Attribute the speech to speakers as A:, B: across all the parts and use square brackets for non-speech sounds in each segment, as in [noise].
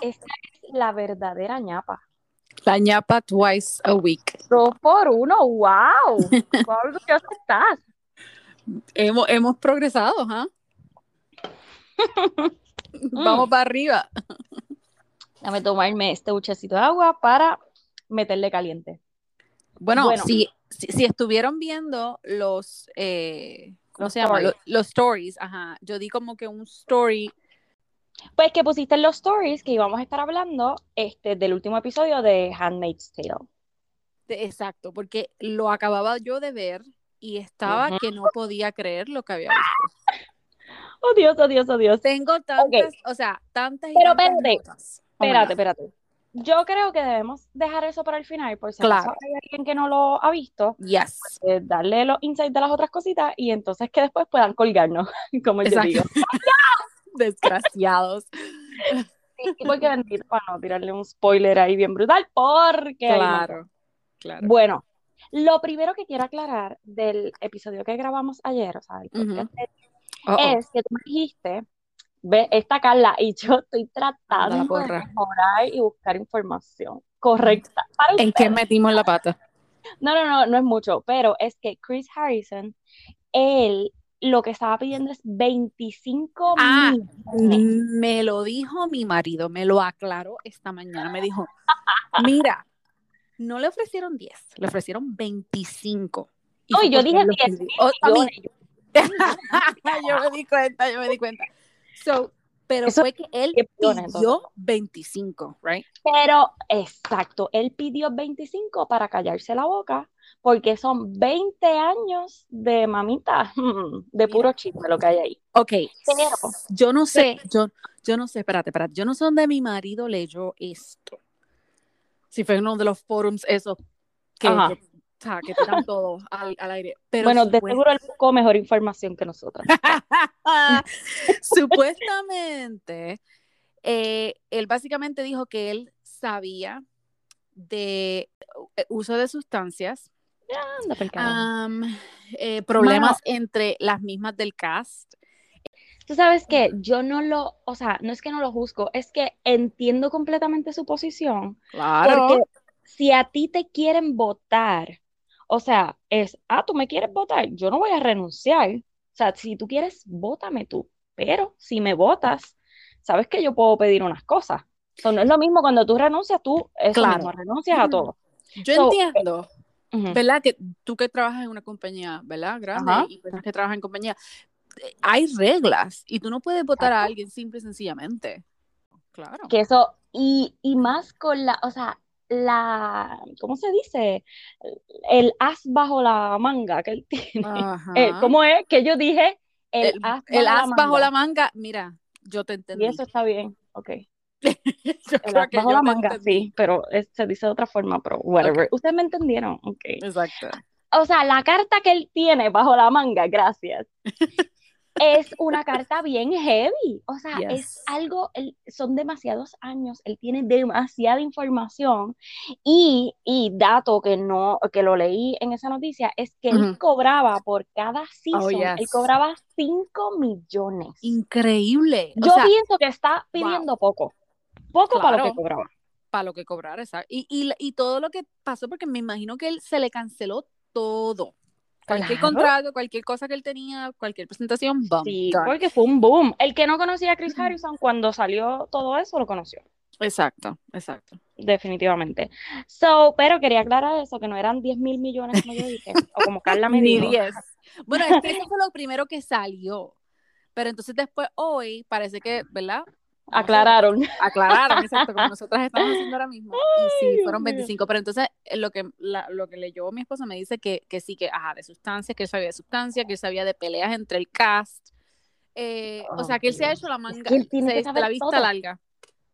A: esta es la verdadera ñapa.
B: La ñapa twice a week.
A: Dos por uno, [laughs] wow. Cuán orgullosa estás.
B: Hemos, hemos progresado, ¿ah?
A: [laughs]
B: Vamos para arriba.
A: Dame tomarme este buchecito de agua para meterle caliente.
B: Bueno,
A: Bueno.
B: Si, si, si estuvieron viendo los, eh, ¿cómo
A: Los
B: se llama? Lo-
A: stories.
B: Los, stories, ajá. Yo di como que un story.
A: Pues que pusiste en los stories que íbamos a estar hablando este, del último episodio de Handmaid's Tale.
B: de- exacto, porque lo acababa yo de ver y estaba
A: Ujú.
B: que no podía creer lo que había visto.
A: Oh Dios, oh Dios, oh Dios.
B: Tengo tantas, o sea, tantas y
A: Pero
B: tantas
A: espérate,
B: notas. Oh my
A: Espérate,
B: God.
A: espérate. Yo creo que debemos dejar eso para el final, por si
B: Claro.
A: acaso hay alguien que no lo ha visto, [laughs]
B: Yes.
A: eh, darle los insights de las otras cositas y entonces que después puedan colgarnos, [laughs] como yo
B: Exacto.
A: digo.
B: Desgraciados.
A: Sí, porque bendito, para no tirarle un spoiler ahí bien brutal, porque hay un montón.
B: Claro, claro.
A: Bueno, lo primero que quiero aclarar del episodio que grabamos ayer, o sea, el podcast de-
B: Oh, oh,
A: es que tú me dijiste, ve, esta Carla, y yo estoy tratando
B: Anda la
A: de
B: porra.
A: mejorar y buscar información correcta. para
B: ¿En qué
A: ustedes.
B: metimos la pata?
A: No, no, no, no es mucho, pero es que Chris Harrison, él lo que estaba pidiendo es 25
B: Ah,
A: millones.
B: Me lo dijo mi marido, me lo aclaró esta mañana.
A: [laughs]
B: Me dijo, mira, no le ofrecieron 10, le ofrecieron 25. Y
A: No, y
B: fue
A: yo
B: porque
A: dije
B: él lo
A: 10
B: pidió. Oh, a mí-
A: Millones.
B: [laughs] yo me di cuenta, yo me di cuenta. So, pero
A: Eso-
B: fue que él
A: qué millones, entonces.
B: pidió 25, right?
A: Pero, exacto, él pidió 25 para callarse la boca, porque son 20 años de mamita, [laughs] mm, de puro chisme lo que hay ahí.
B: Ok,
A: Pero-
B: yo
A: [laughs]
B: no sé, yo, yo no sé, espérate, espérate, yo no sé dónde mi marido leyó esto. Si fue en uno de los forums esos que,
A: Ajá.
B: que, o sea, que tiran todo al, al aire. Pero
A: Bueno, de
B: supuest-
A: seguro él buscó mejor información que nosotros.
B: Ah,
A: [laughs]
B: supuestamente, eh, él básicamente dijo que él sabía de eh, uso de sustancias,
A: Anda pa'l carajo.
B: am, eh, problemas entre las mismas del cast.
A: Tú sabes que yo no lo, o sea, no es que no lo juzgo, es que entiendo completamente su posición. Porque si a ti te quieren votar, o sea, es, ah, tú me quieres votar, yo no voy a renunciar. O sea, si tú quieres, vótame tú. Pero si me votas, sabes que yo puedo pedir unas cosas. O sea, no es lo mismo cuando tú renuncias, tú, eso
B: Claro.
A: mismo, renuncias a
B: Mm.
A: todo.
B: Yo
A: So,
B: entiendo.
A: Ujú.
B: ¿Verdad? Que tú que trabajas en una compañía, ¿verdad? Grande
A: Ajá.
B: y personas que trabajan en compañía, eh, hay reglas y tú no puedes votar a alguien simple y sencillamente. Claro.
A: Que eso, y, y más con la, o sea, la, ¿cómo se dice? El as bajo la manga que él tiene.
B: Ajá.
A: [laughs] Eh, ¿cómo es? Que yo dije, el,
B: El-
A: as
B: El
A: bajo
B: as
A: la
B: bajo
A: manga.
B: la manga, mira, yo te entendí.
A: Y eso está bien, ok.
B: [laughs] Yo
A: El
B: creo
A: as
B: que
A: bajo
B: yo
A: la
B: te
A: manga,
B: entendí.
A: sí, pero es- se dice de otra forma, pero whatever. Ustedes me entendieron, ok.
B: Exacto.
A: O sea, la carta que él tiene bajo la manga, gracias,
B: [laughs]
A: es una carta bien heavy. O sea, es
B: Yes.
A: algo, él- son demasiados años, él tiene demasiada información y, y dato que no, que lo leí en esa noticia, es que él
B: Ujú. Oh,
A: cobraba por cada season, él
B: yes.
A: cobraba 5 millones.
B: Increíble.
A: Yo
B: o sea,
A: pienso que está pidiendo poco, poco para lo que
B: Claro.
A: cobraba.
B: para lo que cobrar, exacto. Y, y, y todo lo que pasó, porque me imagino que él se le canceló todo. Cualquier
A: Claro.
B: contrato, cualquier cosa que él tenía, cualquier presentación, bam,
A: Sí, pues.
B: done.
A: porque fue un boom. El que no conocía a Chris
B: Ujú.
A: Harrison cuando salió todo eso lo conoció,
B: Exacto, exacto.
A: definitivamente. So, pero quería aclarar eso, que no eran 10 mil millones como yo dije, o
B: [laughs]
A: como Carla me
B: Ni
A: dijo.
B: 10. Bueno, es que eso fue lo primero que salió. Pero entonces después hoy parece que, ¿verdad? No sé,
A: Aclararon. [laughs]
B: aclararon, exacto, como nosotras estamos haciendo ahora mismo. Y
A: Ay,
B: sí,
A: Dios
B: fueron
A: mío.
B: 25. Pero entonces eh, lo que, la- lo que leyó mi esposo me dice que, que sí, que ajá, de sustancias, que él sabía de sustancias, que él sabía de peleas entre el cast. Eh, o sea, que él se ha
A: Dios.
B: hecho la
A: Es
B: manga,
A: que él tiene
B: se-
A: que
B: de
A: saber
B: la vista
A: todo.
B: larga.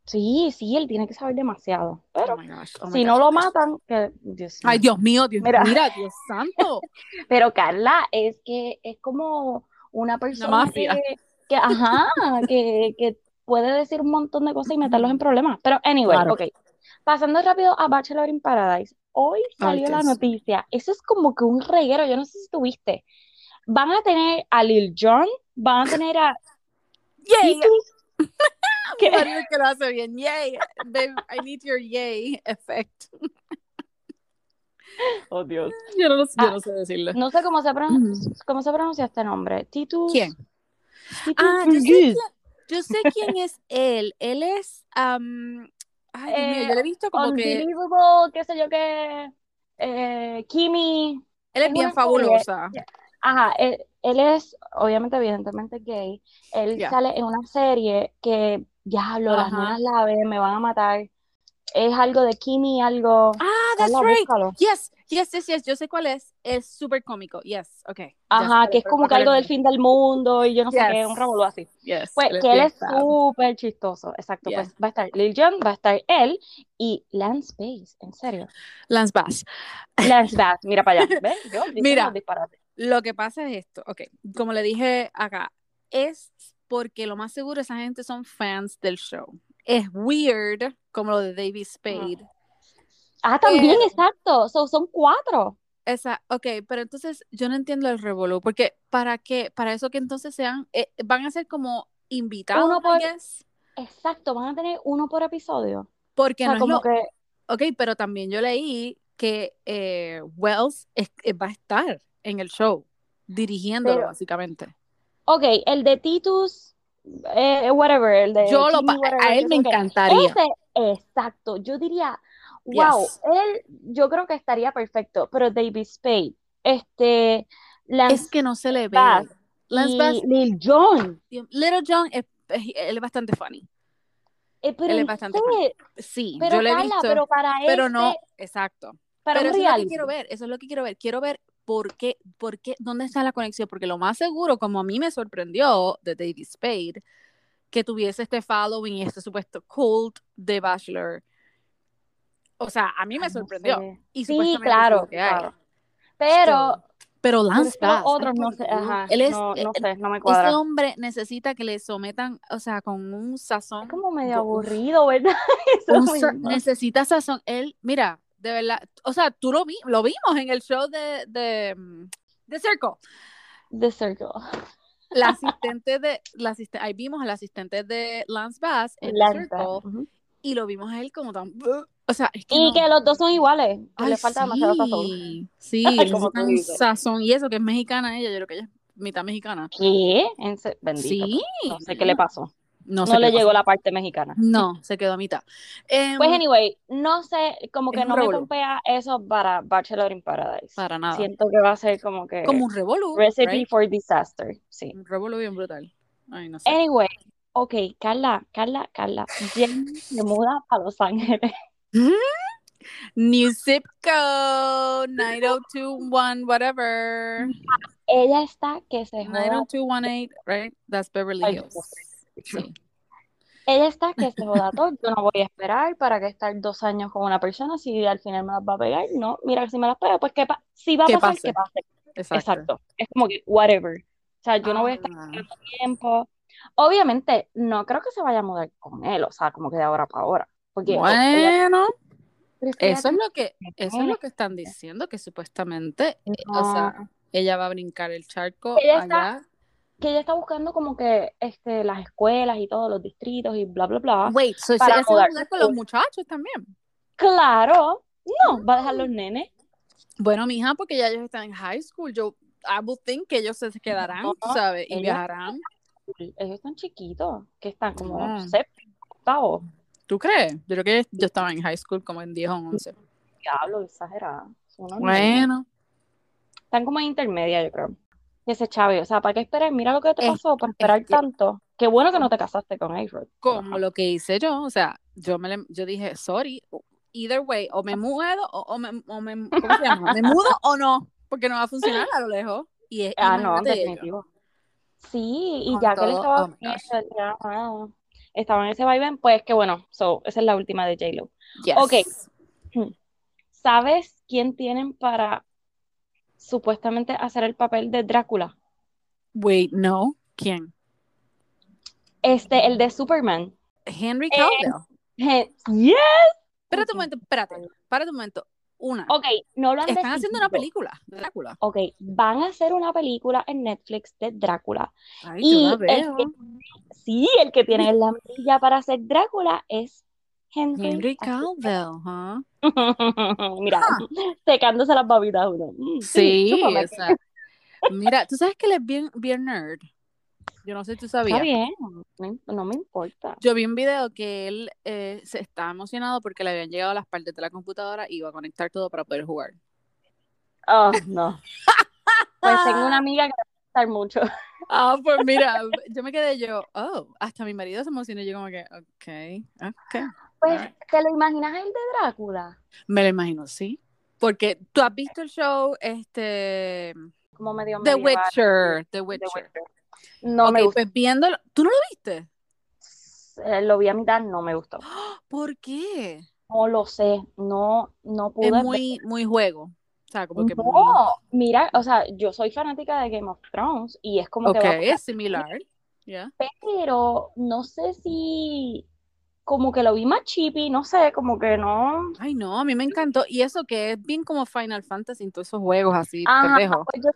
A: Sí, sí, él tiene que saber demasiado. Pero
B: Oh my gosh, oh my
A: si
B: gosh.
A: no lo matan, que Dios mío.
B: Ay, Dios mío, Dios
A: Mira.
B: mira, Dios
A: [laughs]
B: santo.
A: Pero Carla, es que es como una persona
B: mafia.
A: que, que, ajá, que, que puede decir un montón de cosas y meterlos en problemas. Pero, anyway,
B: Claro.
A: ok. Pasando rápido a Bachelor in Paradise. Hoy salió la
B: Dios.
A: noticia. Eso es como que un reguero, yo no sé si tuviste. Van a tener a Lil Jon, van a tener a
B: Yay. [laughs]
A: Titus,
B: Mi marido que lo hace bien. Yay, babe, I need your yay effect.
A: Oh, Dios.
B: Yo no, lo- yo no sé decirlo.
A: No sé cómo se, pron- cómo se pronuncia este nombre. Titus.
B: Mm. ¿Quién?
A: Titus
B: Ah, yo sé,
A: Burgess.
B: quién, yo sé quién es él. Él es. am, ay, Dios mío,
A: Eh,
B: yo le he visto como que.
A: Unbelievable, qué sé yo qué. eh, Kimi.
B: Él es
A: es
B: bien
A: una
B: fabulosa.
A: Ajá, él, él es, obviamente, evidentemente gay. Él
B: Ya.
A: sale en una serie que, diablo, las
B: Ajá.
A: nenas la ven, me van a matar. Es algo de Kimi, algo.
B: Ah, that's
A: Carla,
B: right.
A: búscalo.
B: Yes, yes, yes, yes. Yo sé cuál es. Es súper cómico. Yes, ok. Ya sé cuál
A: Ajá, que es
B: pero
A: como
B: no
A: que
B: me
A: algo del
B: acuerdo.
A: fin del mundo y yo no sé qué, un
B: Yes.
A: revolú así.
B: Yes,
A: Pues que él
B: bien
A: es
B: sad.
A: súper chistoso, exacto.
B: Yeah.
A: Pues va a estar Lil Jon, va a estar él y Lance Bass, en serio.
B: Lance Bass.
A: Lance
B: [laughs]
A: Bass, mira para allá. ¿Ves? Yo diciendo
B: Mira.
A: disparate.
B: Lo que pasa es esto. Ok. Como le dije acá, es porque lo más seguro esa gente son fans del show. Es weird, como lo de David Spade.
A: Ah, también,
B: Pero-
A: exacto. So, son cuatro.
B: Esa, ok, pero entonces yo no entiendo el revolú, porque ¿para qué? Para eso que entonces sean, eh, van a ser como invitados,
A: Uno
B: I
A: por-
B: guess,
A: Exacto, van a tener uno por episodio.
B: porque
A: o sea,
B: no es
A: como
B: lo-
A: que
B: ok, pero también yo leí que eh, Wells es- eh, va a estar en el show, dirigiéndolo
A: Pero-
B: básicamente.
A: Ok, el de Titus, eh, whatever, el de
B: Yo lo,
A: Jimmy,
B: pa-
A: whatever,
B: a él
A: que sé
B: me
A: yo qué.
B: encantaría.
A: Ese, exacto, yo diría, wow,
B: Yes.
A: él, yo creo que estaría perfecto, pero David Spade, este, Lance
B: Es que no se le ve.
A: Bass
B: Lance
A: y
B: Bass,
A: Lil Jon,
B: Little John, es, es- él es bastante funny.
A: Eh, pero
B: Él es
A: en
B: bastante
A: serio,
B: Sí,
A: pero
B: yo lo he
A: Carla,
B: visto,
A: pero para
B: pero
A: este,
B: no, exacto.
A: para
B: Pero
A: un
B: eso es lo que
A: reality.
B: quiero ver, eso es lo que quiero ver. Quiero ver por qué, por qué, dónde está la conexión, porque lo más seguro, como a mí me sorprendió de David Spade, que tuviese este following y este supuesto cult de Bachelor. O sea, a mí me
A: Ay, no
B: sorprendió.
A: sé.
B: Y
A: Sí,
B: supuestamente
A: claro,
B: es lo que hay.
A: claro. Pero,
B: Pero
A: pero
B: Lance
A: es que los
B: Bass,
A: otros
B: ay,
A: no
B: por
A: sé,
B: Dios,
A: ajá,
B: él es,
A: no, no
B: eh,
A: sé, no me cuadra.
B: ese hombre necesita que le sometan, o sea, con un sazón.
A: Es como medio
B: Yo-
A: aburrido, ¿verdad? [laughs] Eso
B: un
A: mismo.
B: sa- necesita sazón. Él, mira, de verdad, o sea, tú lo, vi, lo vimos en el show de, de, mm, de Circle.
A: The Circle.
B: La asistente de, la asiste- ahí vimos al asistente de Lance Bass en The
A: Lanza.
B: Circle
A: Ujú.
B: y lo vimos a él como tan, o sea, es que
A: Y
B: no-
A: que los dos son iguales. que
B: Ay,
A: le falta demasiado sazón.
B: sí,
A: [laughs]
B: sí,
A: Ay, como
B: necesitan
A: tú dices.
B: sazón y eso que es mexicana ella, yo creo que ella es mitad mexicana.
A: ¿Qué? En se- Bendito.
B: Sí,
A: No sé qué le pasó.
B: no,
A: No,
B: sé qué
A: le
B: pasó.
A: llegó la parte mexicana.
B: No, se quedó a mitad. Em,
A: Pues, anyway, no sé, como
B: Es
A: que
B: un
A: no me
B: revolú.
A: compea eso para Bachelor in Paradise.
B: para nada.
A: Siento que va a ser como que
B: como un revolú,
A: recipe
B: right?
A: for disaster. Sí.
B: un revolú bien brutal. Ay, no sé.
A: Anyway, ok, Carla, Carla, Carla. Jenny se muda a Los Ángeles.
B: New zip code 90221, whatever.
A: Ella está que se joda
B: 90218, right? That's Beverly
A: Ay,
B: Hills.
A: no
B: Sí.
A: Ella está que se
B: [laughs]
A: joda todo. Yo no voy a esperar para que estar dos años con una persona si al final me las va a pegar. No, mira, si me las pega, pues que pa- si va a
B: Que
A: pasar,
B: pase.
A: que pase.
B: Exacto.
A: Exacto. Es como que, whatever. O sea, yo no voy a estar
B: Ah,
A: tanto tiempo. Obviamente, no creo que se vaya a mudar con él, o sea, como que de ahora para ahora. Porque eh, ella-
B: Bueno,
A: pero es que ella
B: eso es lo que
A: tiene-
B: eso es lo que están diciendo que supuestamente, eh, o
A: No.
B: sea, ella va a brincar el charco
A: Ella está-
B: allá.
A: que ella está buscando como que este, las escuelas y todos los distritos y bla, bla, bla.
B: Wait, so
A: para
B: ella se va a
A: mudar.
B: hablar con los muchachos también.
A: Claro, no, va a dejar los nenes.
B: Bueno, mija, porque ya ellos están en high school, yo I would think que ellos se quedarán,
A: No,
B: ¿sabes? Y
A: ella-
B: viajarán.
A: Ellos están chiquitos, que están como
B: Ah.
A: séptimo, octavo.
B: ¿Tú crees? Yo creo que yo estaba en high school como en 10 o 11.
A: Diablo, exagerada. Son unos nenes.
B: Bueno,
A: Están como en intermedia, yo creo. Y ese Chavi, o sea, ¿para qué esperar? Mira lo que te
B: Eh, Es-
A: pasó, para esperar
B: que-
A: tanto. Qué bueno que no te casaste con A-Rod.
B: como lo que hice yo, o sea, yo me le- yo dije, sorry, either way, o me mudo o, o me, o me- ¿cómo se llama? ¿Me mudo o no, porque no va a funcionar a lo lejos. Y es,
A: Ah, no, en
B: imagínate ellos.
A: definitivo. Sí, y
B: Con
A: ya que le
B: todo,
A: estaba
B: oh my gosh.
A: haciendo, ya, ah, estaba en ese vaivén, pues que bueno, so, esa es la última de J-Lo.
B: Yes.
A: Ok. ¿Sabes quién tienen para supuestamente hacer el papel de Drácula?
B: Wait, no. ¿Quién?
A: Este, el de Superman. [laughs]
B: Henry
A: Eh,
B: Cavill.
A: Je- Yeah.
B: Espérate un momento, espérate. Para un momento. Una.
A: Ok, no lo han
B: Están
A: decidido.
B: haciendo una película de Drácula.
A: Ok, van a hacer una película en Netflix de Drácula.
B: Ay, yo
A: Y
B: la
A: el
B: veo.
A: que, sí, el que tiene la milla para hacer Drácula es Henry.
B: Henry
A: Cavill.
B: Cavill, ajá.
A: [laughs] Mira, secándose las babitas uno. Mm, [laughs]
B: Sí,
A: chúpame.
B: esa. Mira, tú sabes que él es bien, bien nerd. Yo no sé si tú
A: Está
B: sabías.
A: bien, no- no me importa.
B: Yo vi un video que él eh, se estaba emocionado porque le habían llegado las partes de la computadora y iba a conectar todo para poder jugar.
A: Oh, no. Pues tengo una amiga que le va a gustar mucho.
B: Ah, pues mira, [laughs] yo me quedé yo, oh, hasta mi marido se emocionó. Yo como que, ok, ok.
A: Pues, ¿te lo imaginas el de Drácula?
B: Me lo imagino, sí. Porque tú has visto el show, este,
A: Como medio
B: The
A: medieval.
B: Witcher, The
A: The
B: Witcher.
A: Witcher. No me
B: Ok,
A: gustó.
B: pues viéndolo, ¿tú no lo viste?
A: Eh, Lo vi a mitad, no me gustó.
B: ¿Por qué?
A: No lo sé, no, no pude
B: Es
A: ver.
B: muy, muy juego. O sea, como que muy...
A: No, mira, o sea, yo soy fanática de Game of Thrones y es como
B: Ok,
A: que va
B: es similar. Yeah.
A: pero no sé si como que lo vi más chippy, no sé, como que no.
B: Ay, no, a mí me encantó. Y eso que es bien como Final Fantasy en todos esos juegos así,
A: Ajá,
B: pendejo.
A: pues yo,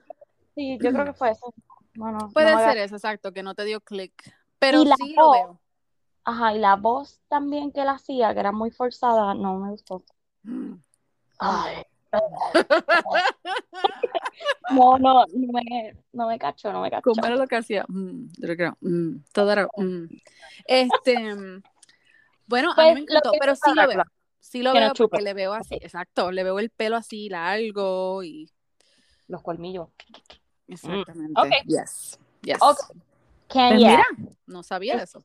A: sí, yo creo que fue eso. Bueno, no
B: Puede
A: me hagas-
B: ser eso, exacto, que no te dio clic. Pero
A: Y la
B: sí lo
A: voz.
B: veo.
A: Ajá, y la voz también que él hacía, que era muy forzada, no me gustó.
B: Mm,
A: Ay, no, no, no me, no me cachó, no me cachó.
B: ¿Cómo era lo que hacía? Mm, yo creo, mm, todo era, mm. Este, mm, bueno, a
A: Pues,
B: mí me
A: lo
B: encantó,
A: que
B: pero
A: hizo
B: sí lo veo.
A: Drácula.
B: Sí lo
A: Que no
B: veo porque
A: chupa.
B: le veo así, exacto, le veo el pelo así largo y
A: Los colmillos.
B: exactamente.
A: ok.
B: Yes. Yes.
A: Ok,
B: Pues
A: Kanye.
B: mira, no sabía de eso.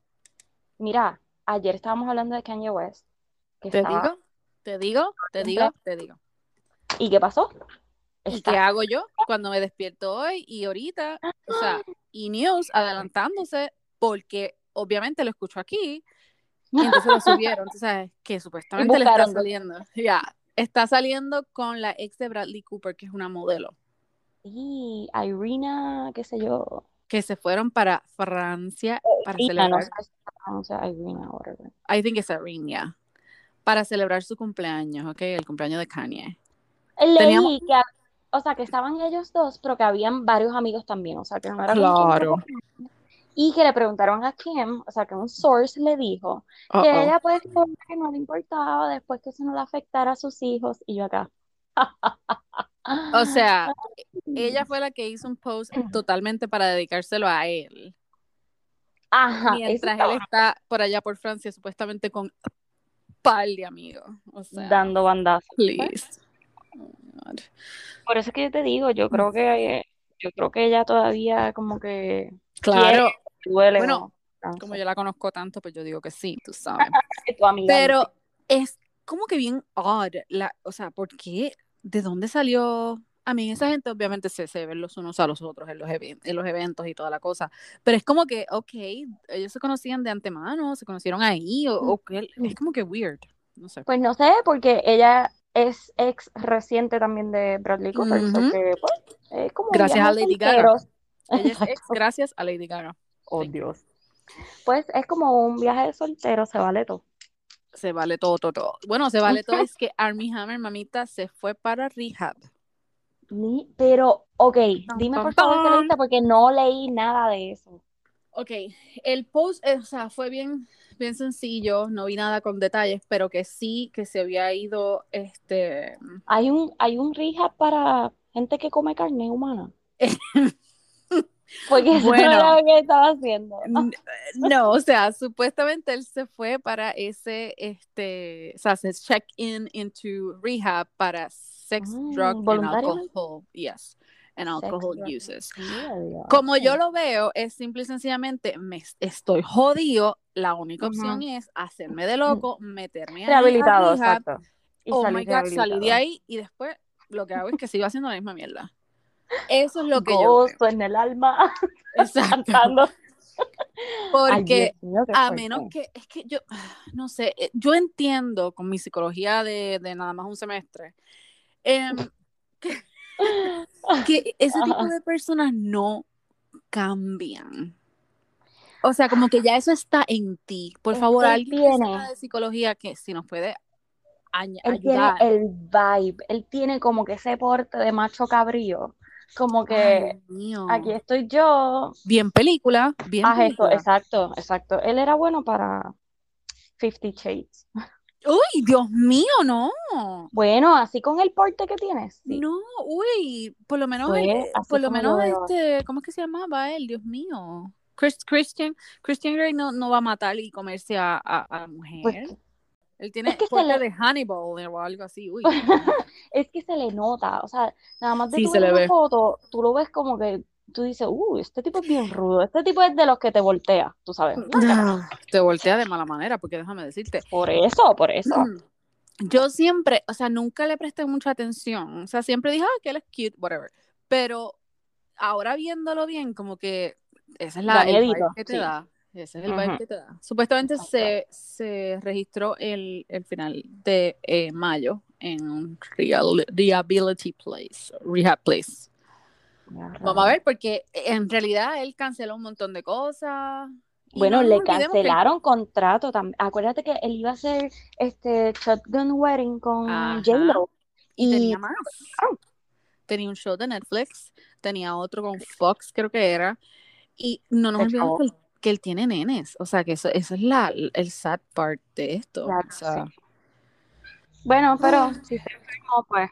A: Mira, ayer estábamos hablando de Kanye West. Que
B: Te
A: estaba-
B: digo, te digo, te digo, te digo.
A: ¿Y qué pasó?
B: ¿Y
A: Está
B: qué hago yo cuando me despierto hoy y ahorita? O sea, y News adelantándose porque obviamente lo escucho aquí y entonces lo subieron, tú sabes, que supuestamente le está
A: Buscaron.
B: saliendo. Ya, está saliendo con la ex de Bradley Cooper, que es una modelo,
A: Sí, Irina, qué sé yo.
B: que se fueron para Francia para
A: Irina, no
B: celebrar.
A: sé si se pronuncia Irina, whatever.
B: I think it's Irene, yeah, Para celebrar su cumpleaños, ¿ok? El cumpleaños de Kanye.
A: Leí
B: Teníamos-
A: que, ha- o sea, que estaban ellos dos, pero que habían varios amigos también, o sea, que no era como que- Y que le preguntaron a Kim, o sea, que un source le dijo que
B: Uh-oh.
A: ella pues que no le importaba después que eso no le afectara a sus hijos y yo acá.
B: O
A: [laughs]
B: sea,
A: Mm.
B: ella fue la que hizo un post
A: [clears throat]
B: totalmente para dedicárselo a él.
A: Ajá, eso
B: mientras
A: estaba
B: él está por allá por Francia, supuestamente con par de amigos. O sea,
A: dando bandazo.
B: please. Oh, my God.
A: Por eso es que yo te digo,
B: Mm.
A: yo creo que yo creo que ella todavía como que
B: Claro,
A: duele.
B: Bueno,
A: ¿no?
B: como yo la conozco tanto, pues yo digo que sí, tú sabes.
A: Que tu amiga
B: Pero es como que bien odd, la, o sea, ¿por qué? ¿De dónde salió? A mí esa gente obviamente se, se ven los unos a los otros en los, even- en los eventos y toda la cosa, pero es como que, ok, ellos se conocían de antemano, se conocieron ahí, o, o qué- es como que weird, no sé.
A: Pues no sé, porque ella es ex reciente también de Bradley Cooper, so
B: Ujú.
A: que, pues, es como
B: Gracias
A: viejos
B: a Lady Gaga.
A: solteros.
B: Ella es ex gracias a Lady Gaga.
A: Oh, Dios. Pues es como un viaje de soltero, se vale todo.
B: Se vale todo, todo, todo. Bueno, se vale todo. Es que Army Hammer, mamita, se fue para rehab.
A: Ni- pero, ok,
B: Tan,
A: dime
B: tan,
A: por favor qué
B: tan.
A: leíste, porque no leí nada de eso.
B: Ok, el post, eh, o sea, fue bien, bien sencillo, no vi nada con detalles, pero que sí, que se había ido, este,
A: Hay un, hay un rehab para gente que come carne
B: [laughs]
A: humana. Porque eso
B: Bueno. Mm.
A: no era lo que estaba haciendo.
B: n-
A: oh.
B: no, o sea, supuestamente él se fue para ese, este, o sea, se check in into rehab para sex,
A: Mm,
B: drug and
A: ¿voluntariamente?
B: alcohol, yes, and
A: Sex,
B: alcohol
A: drug.
B: uses.
A: Mira, Dios.
B: Como yo lo veo, es simple y sencillamente, me es- estoy jodido, la única
A: Ujú.
B: opción es hacerme de loco, meterme ahí a
A: Rehabilitado,
B: rehab,
A: exacto. Y
B: oh
A: salí
B: my God, salí de
A: rehabilitado.
B: ahí y después lo que hago es que sigo haciendo la misma mierda. Eso es lo que yo veo.
A: Gozo en el alma,
B: [laughs]
A: [laughs]
B: Exacto.
A: cantando. Ay,
B: [laughs] Porque
A: Dios mío, qué
B: a
A: fuerte.
B: menos que, es que yo, [sighs] no sé, eh, yo entiendo con mi psicología de, de nada más un semestre, em,
A: [laughs]
B: que ese tipo de personas no cambian. O sea, como que ya eso está en ti. Por
A: Es
B: favor,
A: que
B: alguien que
A: tiene-
B: sepa de psicología que si nos puede añ-
A: Él
B: ayudar.
A: tiene el vibe, él tiene como que ese porte de macho cabrío, como que
B: Ay, Dios mío.
A: aquí estoy yo,
B: Bien película, bien
A: haz esto,
B: película.
A: exacto, exacto. Él era bueno para Fifty Shades.
B: Uy, Dios mío, no.
A: Bueno, así con el porte que tienes, sí.
B: No, uy, por lo menos,
A: Pues,
B: el-
A: así
B: por lo
A: como
B: menos
A: lo veo.
B: este, ¿cómo es que se llamaba él? Dios mío. Chris- Christian, Christian Grey no, no va a matar y comerse a, a, a la mujer.
A: Pues,
B: Él tiene
A: es que se
B: porte
A: le-
B: de Hannibal o algo así.
A: [laughs]
B: Uy,
A: es que se le nota, o sea, nada más de
B: Sí,
A: tú
B: se
A: ver
B: le
A: una
B: ve.
A: foto, tú lo ves como que tú dices, uh, este tipo es bien rudo, este tipo es de los que te voltea, tú sabes.
B: Mm. te voltea de mala manera, porque déjame decirte,
A: Por eso, por eso.
B: Mm. Yo siempre, o sea, nunca le presté mucha atención. O sea, siempre dije, ah, que él es cute, whatever. Pero ahora viéndolo bien, como que esa es la
A: Da
B: el vibe
A: miedito,
B: que te
A: sí.
B: da. Ese es el vibe
A: Ujú.
B: que te da. Supuestamente se, se registró el, el final de eh, mayo en un real- Rehability Place. Rehab Place. Mm.
A: Ah.
B: Vamos a ver, porque en realidad él canceló un montón de cosas. Y
A: Bueno,
B: no nos
A: le
B: olvidemos que él-
A: cancelaron contrato también. Acuérdate que él iba a hacer este Shotgun Wedding con
B: Ajá.
A: J-Lo.
B: Y tenía
A: Y-
B: más.
A: Ah.
B: Tenía un show de Netflix, tenía otro con Fox, creo que era. Y no nos
A: Se
B: olvidemos
A: acabó.
B: que él, que él tiene nenes. O sea, que eso, eso es la, el sad part de esto.
A: Claro,
B: O sea,
A: Bueno, pero
B: Ah.
A: si se enfermó, pues,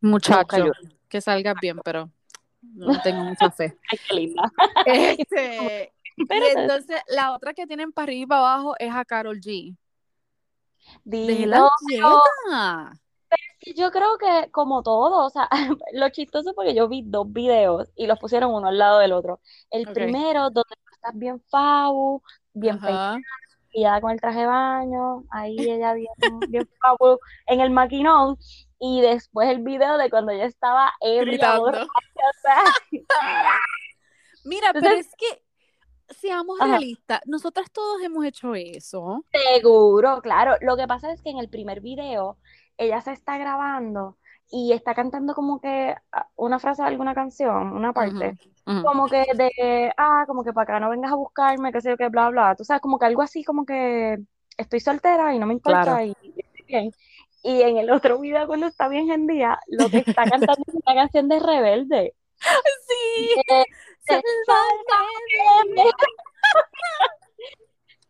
B: muchacho,
A: ayuda.
B: que salgas bien, pero no le tengo [laughs] mucha fe.
A: ay, qué linda.
B: Este, y
A: Espérate.
B: entonces, la otra que tienen para arriba y para abajo es a Carol G.
A: Dilo.
B: Déjela quieta.
A: Yo creo que como todo, o sea, [laughs] lo chistoso es porque yo vi dos videos y los pusieron uno al lado del otro. El
B: Ok.
A: primero, donde tú estás bien fabu, bien
B: Ajá.
A: peinada con el traje de baño, ahí ella bien, bien fabu en el maquinón. Y después el video de cuando ella estaba ebria,
B: Gritando.
A: borracha, o sea, [laughs]
B: Mira, pero
A: Entonces-
B: es que, seamos
A: Ajá.
B: realistas, nosotras todos hemos hecho eso.
A: Seguro, claro. Lo que pasa es que en el primer video ella se está grabando y está cantando como que ah, una frase de alguna canción, una parte, como que de, ah, como que para acá no vengas a buscarme, qué sé yo, qué bla, bla. Tú sabes, como que algo así, como que estoy soltera y no me importa
B: Claro.
A: y y estoy bien. Y en el otro video, cuando está bien en día, lo que está cantando es una canción de Rebelde.
B: [laughs] Sí.
A: Eh, [laughs]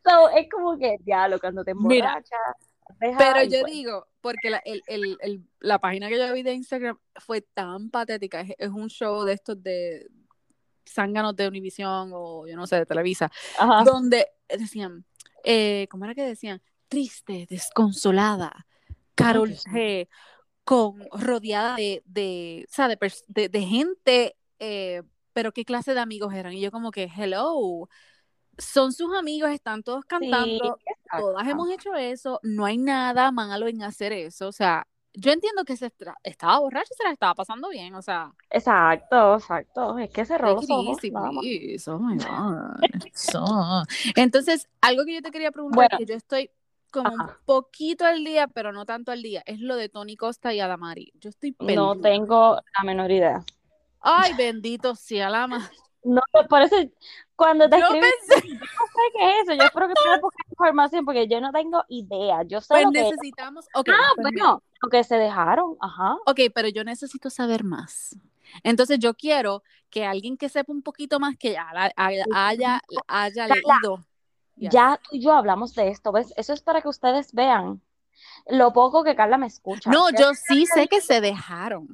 A: so, es como que, diablo, cuando te
B: Mira,
A: emborrachas, deja
B: Pero
A: y
B: yo
A: pues,
B: digo, porque la, el- el- el- la página que yo vi de Instagram fue tan patética. Es, es un show de estos de zánganos de Univision o yo no sé, de Televisa,
A: ajá.
B: donde decían, eh, ¿cómo era que decían? Triste, desconsolada, Carol
A: Dios
B: G, con, rodeada de, de, o sea, de, pers- de- de gente, eh, pero qué clase de amigos eran. Y yo como que, hello, son sus amigos, están todos cantando, todas hemos hecho eso, no hay nada malo en hacer eso. O sea, yo entiendo que se estra- estaba borracho y se la estaba pasando bien, o sea,
A: Exacto, exacto. Es que cerró
B: Take
A: los
B: it
A: ojos.
B: easy,
A: nada más.
B: please. Oh my God. So- Entonces, algo que yo te quería preguntar,
A: Bueno.
B: que yo estoy como un
A: Ajá.
B: poquito al día, pero no tanto al día, es lo de Tony Costa y Adamari. Yo estoy
A: No
B: perdida.
A: tengo la menor idea.
B: Ay, bendito sea la
A: [laughs]
B: madre.
A: No, pues, por eso cuando te
B: Yo
A: escribí,
B: pensé,
A: no sé qué es eso. Yo espero que tengas poca información porque yo no tengo idea. Yo sé
B: pues
A: lo que.
B: necesitamos. Ok,
A: Ah,
B: pues mira.
A: bueno, lo que se dejaron. Ajá.
B: Ok, pero yo necesito saber más. Entonces yo quiero que alguien que sepa un poquito más, que ya la- haya, haya, haya leído. Yes.
A: Ya tú y yo hablamos de esto, ¿ves? Eso es para que ustedes vean lo poco que Carla me escucha.
B: No,
A: ¿Qué-
B: yo sí sé que se dejaron.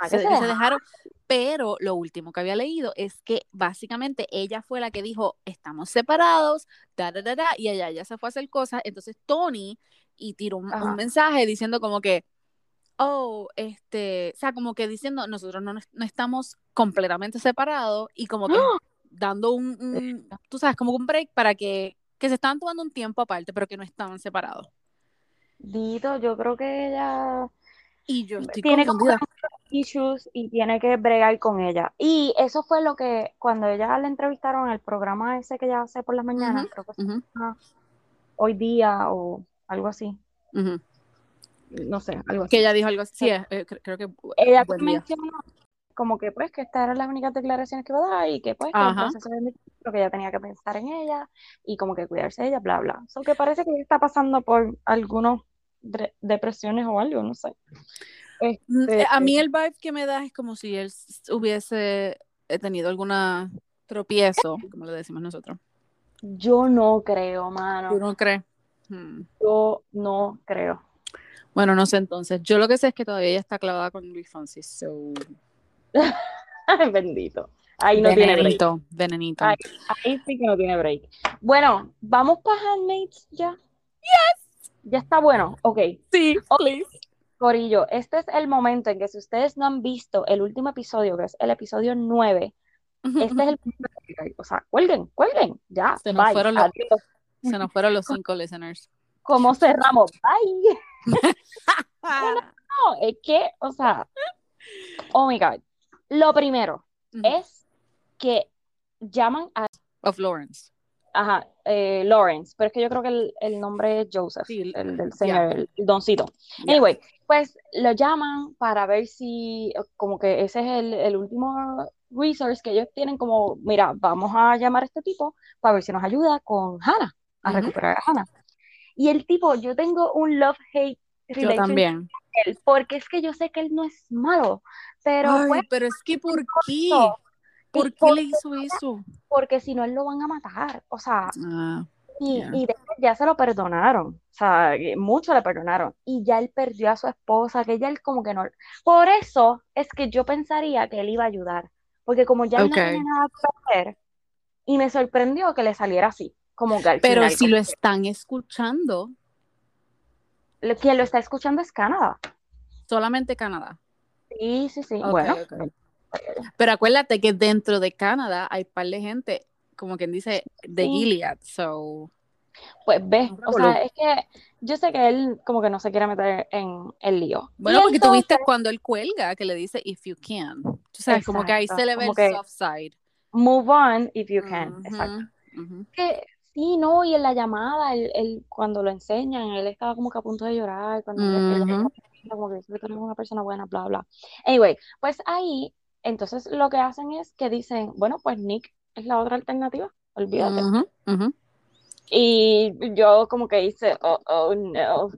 A: ah,
B: Se-
A: qué
B: que
A: se
B: se
A: dejaron?
B: dejaron. Pero lo último que había leído es que básicamente ella fue la que dijo, estamos separados, da, da, da, da, y allá ya se fue a hacer cosas. Entonces Tony y tiró un,
A: Ajá.
B: un mensaje diciendo como que, oh, este, o sea, como que diciendo, nosotros no, nos- no estamos completamente separados y como que
A: ¡Ah!
B: dando un, un- tú sabes, como un break para que, que se estaban tomando un tiempo aparte, pero que no estaban separados.
A: Dito, yo creo que ella.
B: Y yo estoy
A: tiene como
B: confundida.
A: issues y tiene que bregar con ella. Y eso fue lo que cuando ella la entrevistaron en el programa ese que ella hace por las mañanas, creo que es
B: Ujú,
A: hoy día o algo así,
B: ujú.
A: no sé, algo así.
B: que ella dijo algo así. Sí, eh, cre- creo que bu-
A: Ella
B: buen día.
A: mencionó como que pues que estas eran las únicas declaraciones que iba a dar y que pues que el
B: Ajá.
A: proceso de lo que ella tenía que pensar en ella y como que cuidarse de ella, bla, bla. So que parece que ella está pasando por algunos de, depresiones o algo, no sé.
B: Este, a mí el vibe que me da es como si él hubiese eh, tenido alguna tropiezo, como le decimos nosotros.
A: Yo no creo, mano.
B: Yo no creo.
A: Hmm. Yo no creo. [laughs]
B: Bueno, no sé entonces. Yo lo que sé es que todavía ella está clavada con Luis Fonsi, so...
A: Bendito. Ahí no venenito, tiene break.
B: Venenito.
A: Ahí, ahí, sí que no tiene break. Bueno, vamos para Handmaids ya.
B: Yes.
A: Ya está bueno. Ok.
B: Sí, please. [laughs] Okay.
A: Corillo, este es el momento en que si ustedes no han visto el último episodio, que es el episodio 9, este es
B: [laughs]
A: el o sea, cuelguen, cuelguen, ya.
B: Se nos, bye, fueron, los, se nos fueron los
A: [laughs]
B: cinco listeners.
A: Como cerramos, bye. no,
B: Ah.
A: no, no, es que, o sea, oh my god. Lo primero uh -huh. es que llaman a.
B: Of Lawrence.
A: Ajá, eh, Lawrence, pero es que yo creo que el, el nombre es Joseph, sí, el, del señor, yeah. el doncito. Yeah. Anyway, pues lo llaman para ver si, eh, como que ese es el, el último resource que ellos tienen como, mira, vamos a llamar a este tipo para ver si nos ayuda con Hannah, a uh -huh. recuperar a Hannah. Y el tipo, yo tengo un love-hate
B: relationship yo también.
A: Con él, porque es que yo sé que él no es malo, pero... pues,
B: Ay, bueno, pero es que ¿por qué? ¿Por qué le hizo eso?
A: Porque si no, él lo van a matar, o sea... Ah, y, yeah. y ya se lo perdonaron, o sea, mucho le perdonaron. Y ya él perdió a su esposa, que ya él como que no... Por eso es que yo pensaría que él iba a ayudar, porque como ya okay. no tiene nada que hacer, y me sorprendió que le saliera así, como que al
B: Pero
A: final,
B: si lo están escuchando.
A: Lo, quien lo está escuchando es Canadá.
B: Solamente Canadá.
A: Sí, sí, sí. Okay, bueno. Okay.
B: Pero acuérdate que dentro de Canadá hay par de gente, como quien dice, de sí. Gilead, so...
A: Pues ves, o sea, es que yo sé que él como que no se quiere meter en el lío.
B: Bueno, porque entonces... tuviste cuando él cuelga que le dice if you can. Tú sabes, exacto. como que ahí se le ve como el soft side.
A: Move on if you can. Uh -huh. Exacto. Uh -huh. que, sí, no, y en la llamada, él, él, cuando lo enseñan, él estaba como que a punto de llorar, cuando uh -huh. él, como que dice que eres una persona buena, bla, bla. Anyway, pues ahí, entonces lo que hacen es que dicen, bueno, pues Nick es la otra alternativa, olvídate.
B: Mm.
A: Y yo como que hice, oh, oh, no.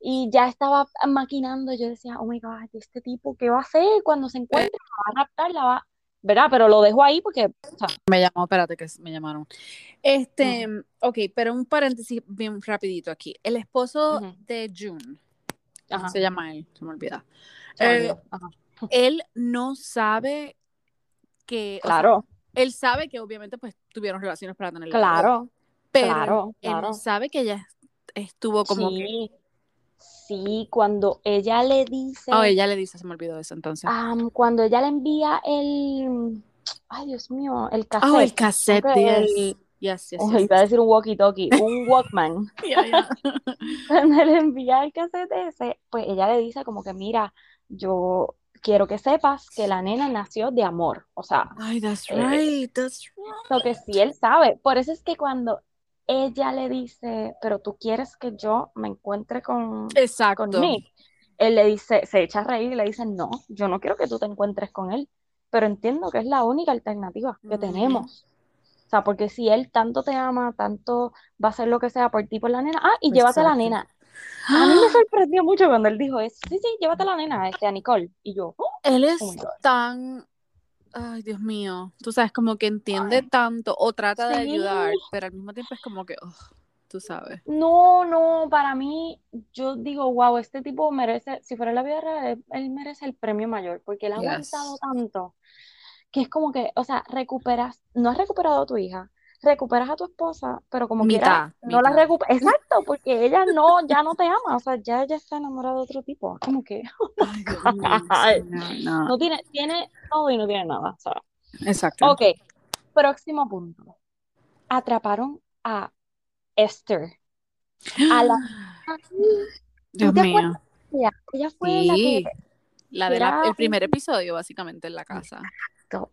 A: Y ya estaba maquinando, yo decía, oh my God, este tipo, ¿qué va a hacer cuando
B: Eh.
A: se encuentre? La va a raptar, la va... ¿Verdad? Pero lo dejo ahí porque... O sea.
B: Me llamó, espérate que me llamaron. Este, uh -huh. ok, pero un paréntesis bien rapidito aquí. El esposo uh -huh. de June, uh -huh. se llama él, se me olvida. Eh, él no sabe que...
A: Claro.
B: O sea, él sabe que obviamente pues tuvieron relaciones para tener...
A: Claro
B: pero claro, él claro. sabe que ella estuvo como
A: sí, que... sí cuando ella le dice
B: oh ella le dice se me olvidó eso entonces
A: um, cuando ella le envía el ay dios mío el
B: cassette oh el cassette
A: el...
B: Yes, yes,
A: Ah, oh,
B: yes, [laughs]
A: iba a decir un walkie-talkie, un Walkman. [laughs]
B: yeah, yeah.
A: Cuando le envía el cassette ese, pues ella le dice como que, mira, yo quiero que sepas que la nena nació de amor. O sea,
B: Ay,
A: Eh,
B: that's right, that's right.
A: lo que sí él sabe. Por eso es que cuando ella le dice, pero tú quieres que yo me encuentre con,
B: Exacto.
A: con Nick, él le dice, se echa a reír y le dice, no, yo no quiero que tú te encuentres con él, pero entiendo que es la única alternativa que mm. tenemos. O sea, porque si él tanto te ama, tanto va a hacer lo que sea por ti, por la nena, ah, y Exacto. llévate a la nena. A
B: ¡Ah!
A: mí me sorprendió mucho cuando él dijo eso. Sí, sí, llévate a la nena, este, a Nicole. Y yo, oh,
B: él es oh tan. Ay, Dios mío. Tú sabes, como que entiende Ay. tanto o trata sí. de ayudar, pero al mismo tiempo es como que, oh, tú sabes.
A: No, no, para mí, yo digo, wow, este tipo merece, si fuera la vida real, él merece el premio mayor, porque él ha yes. aguantado tanto que es como que, o sea, recuperas, no has recuperado a tu hija, recuperas a tu esposa, pero como
B: mitad,
A: quiera, no
B: mitad.
A: la
B: [laughs]
A: recuperas. Exacto, porque ella no, ya no te ama, o sea, ya ella está enamorada de otro tipo. Como que.
B: Ay, Ay,
A: [laughs]
B: no,
A: no. no, tiene, tiene todo y no tiene nada, ¿sabes?
B: Exacto.
A: Ok, próximo punto. Atraparon a Esther. A
B: [gasps]
A: la.
B: Dios
A: ella
B: mío.
A: Fue, ella, ella fue sí. la que.
B: La del de primer episodio, básicamente, en la casa.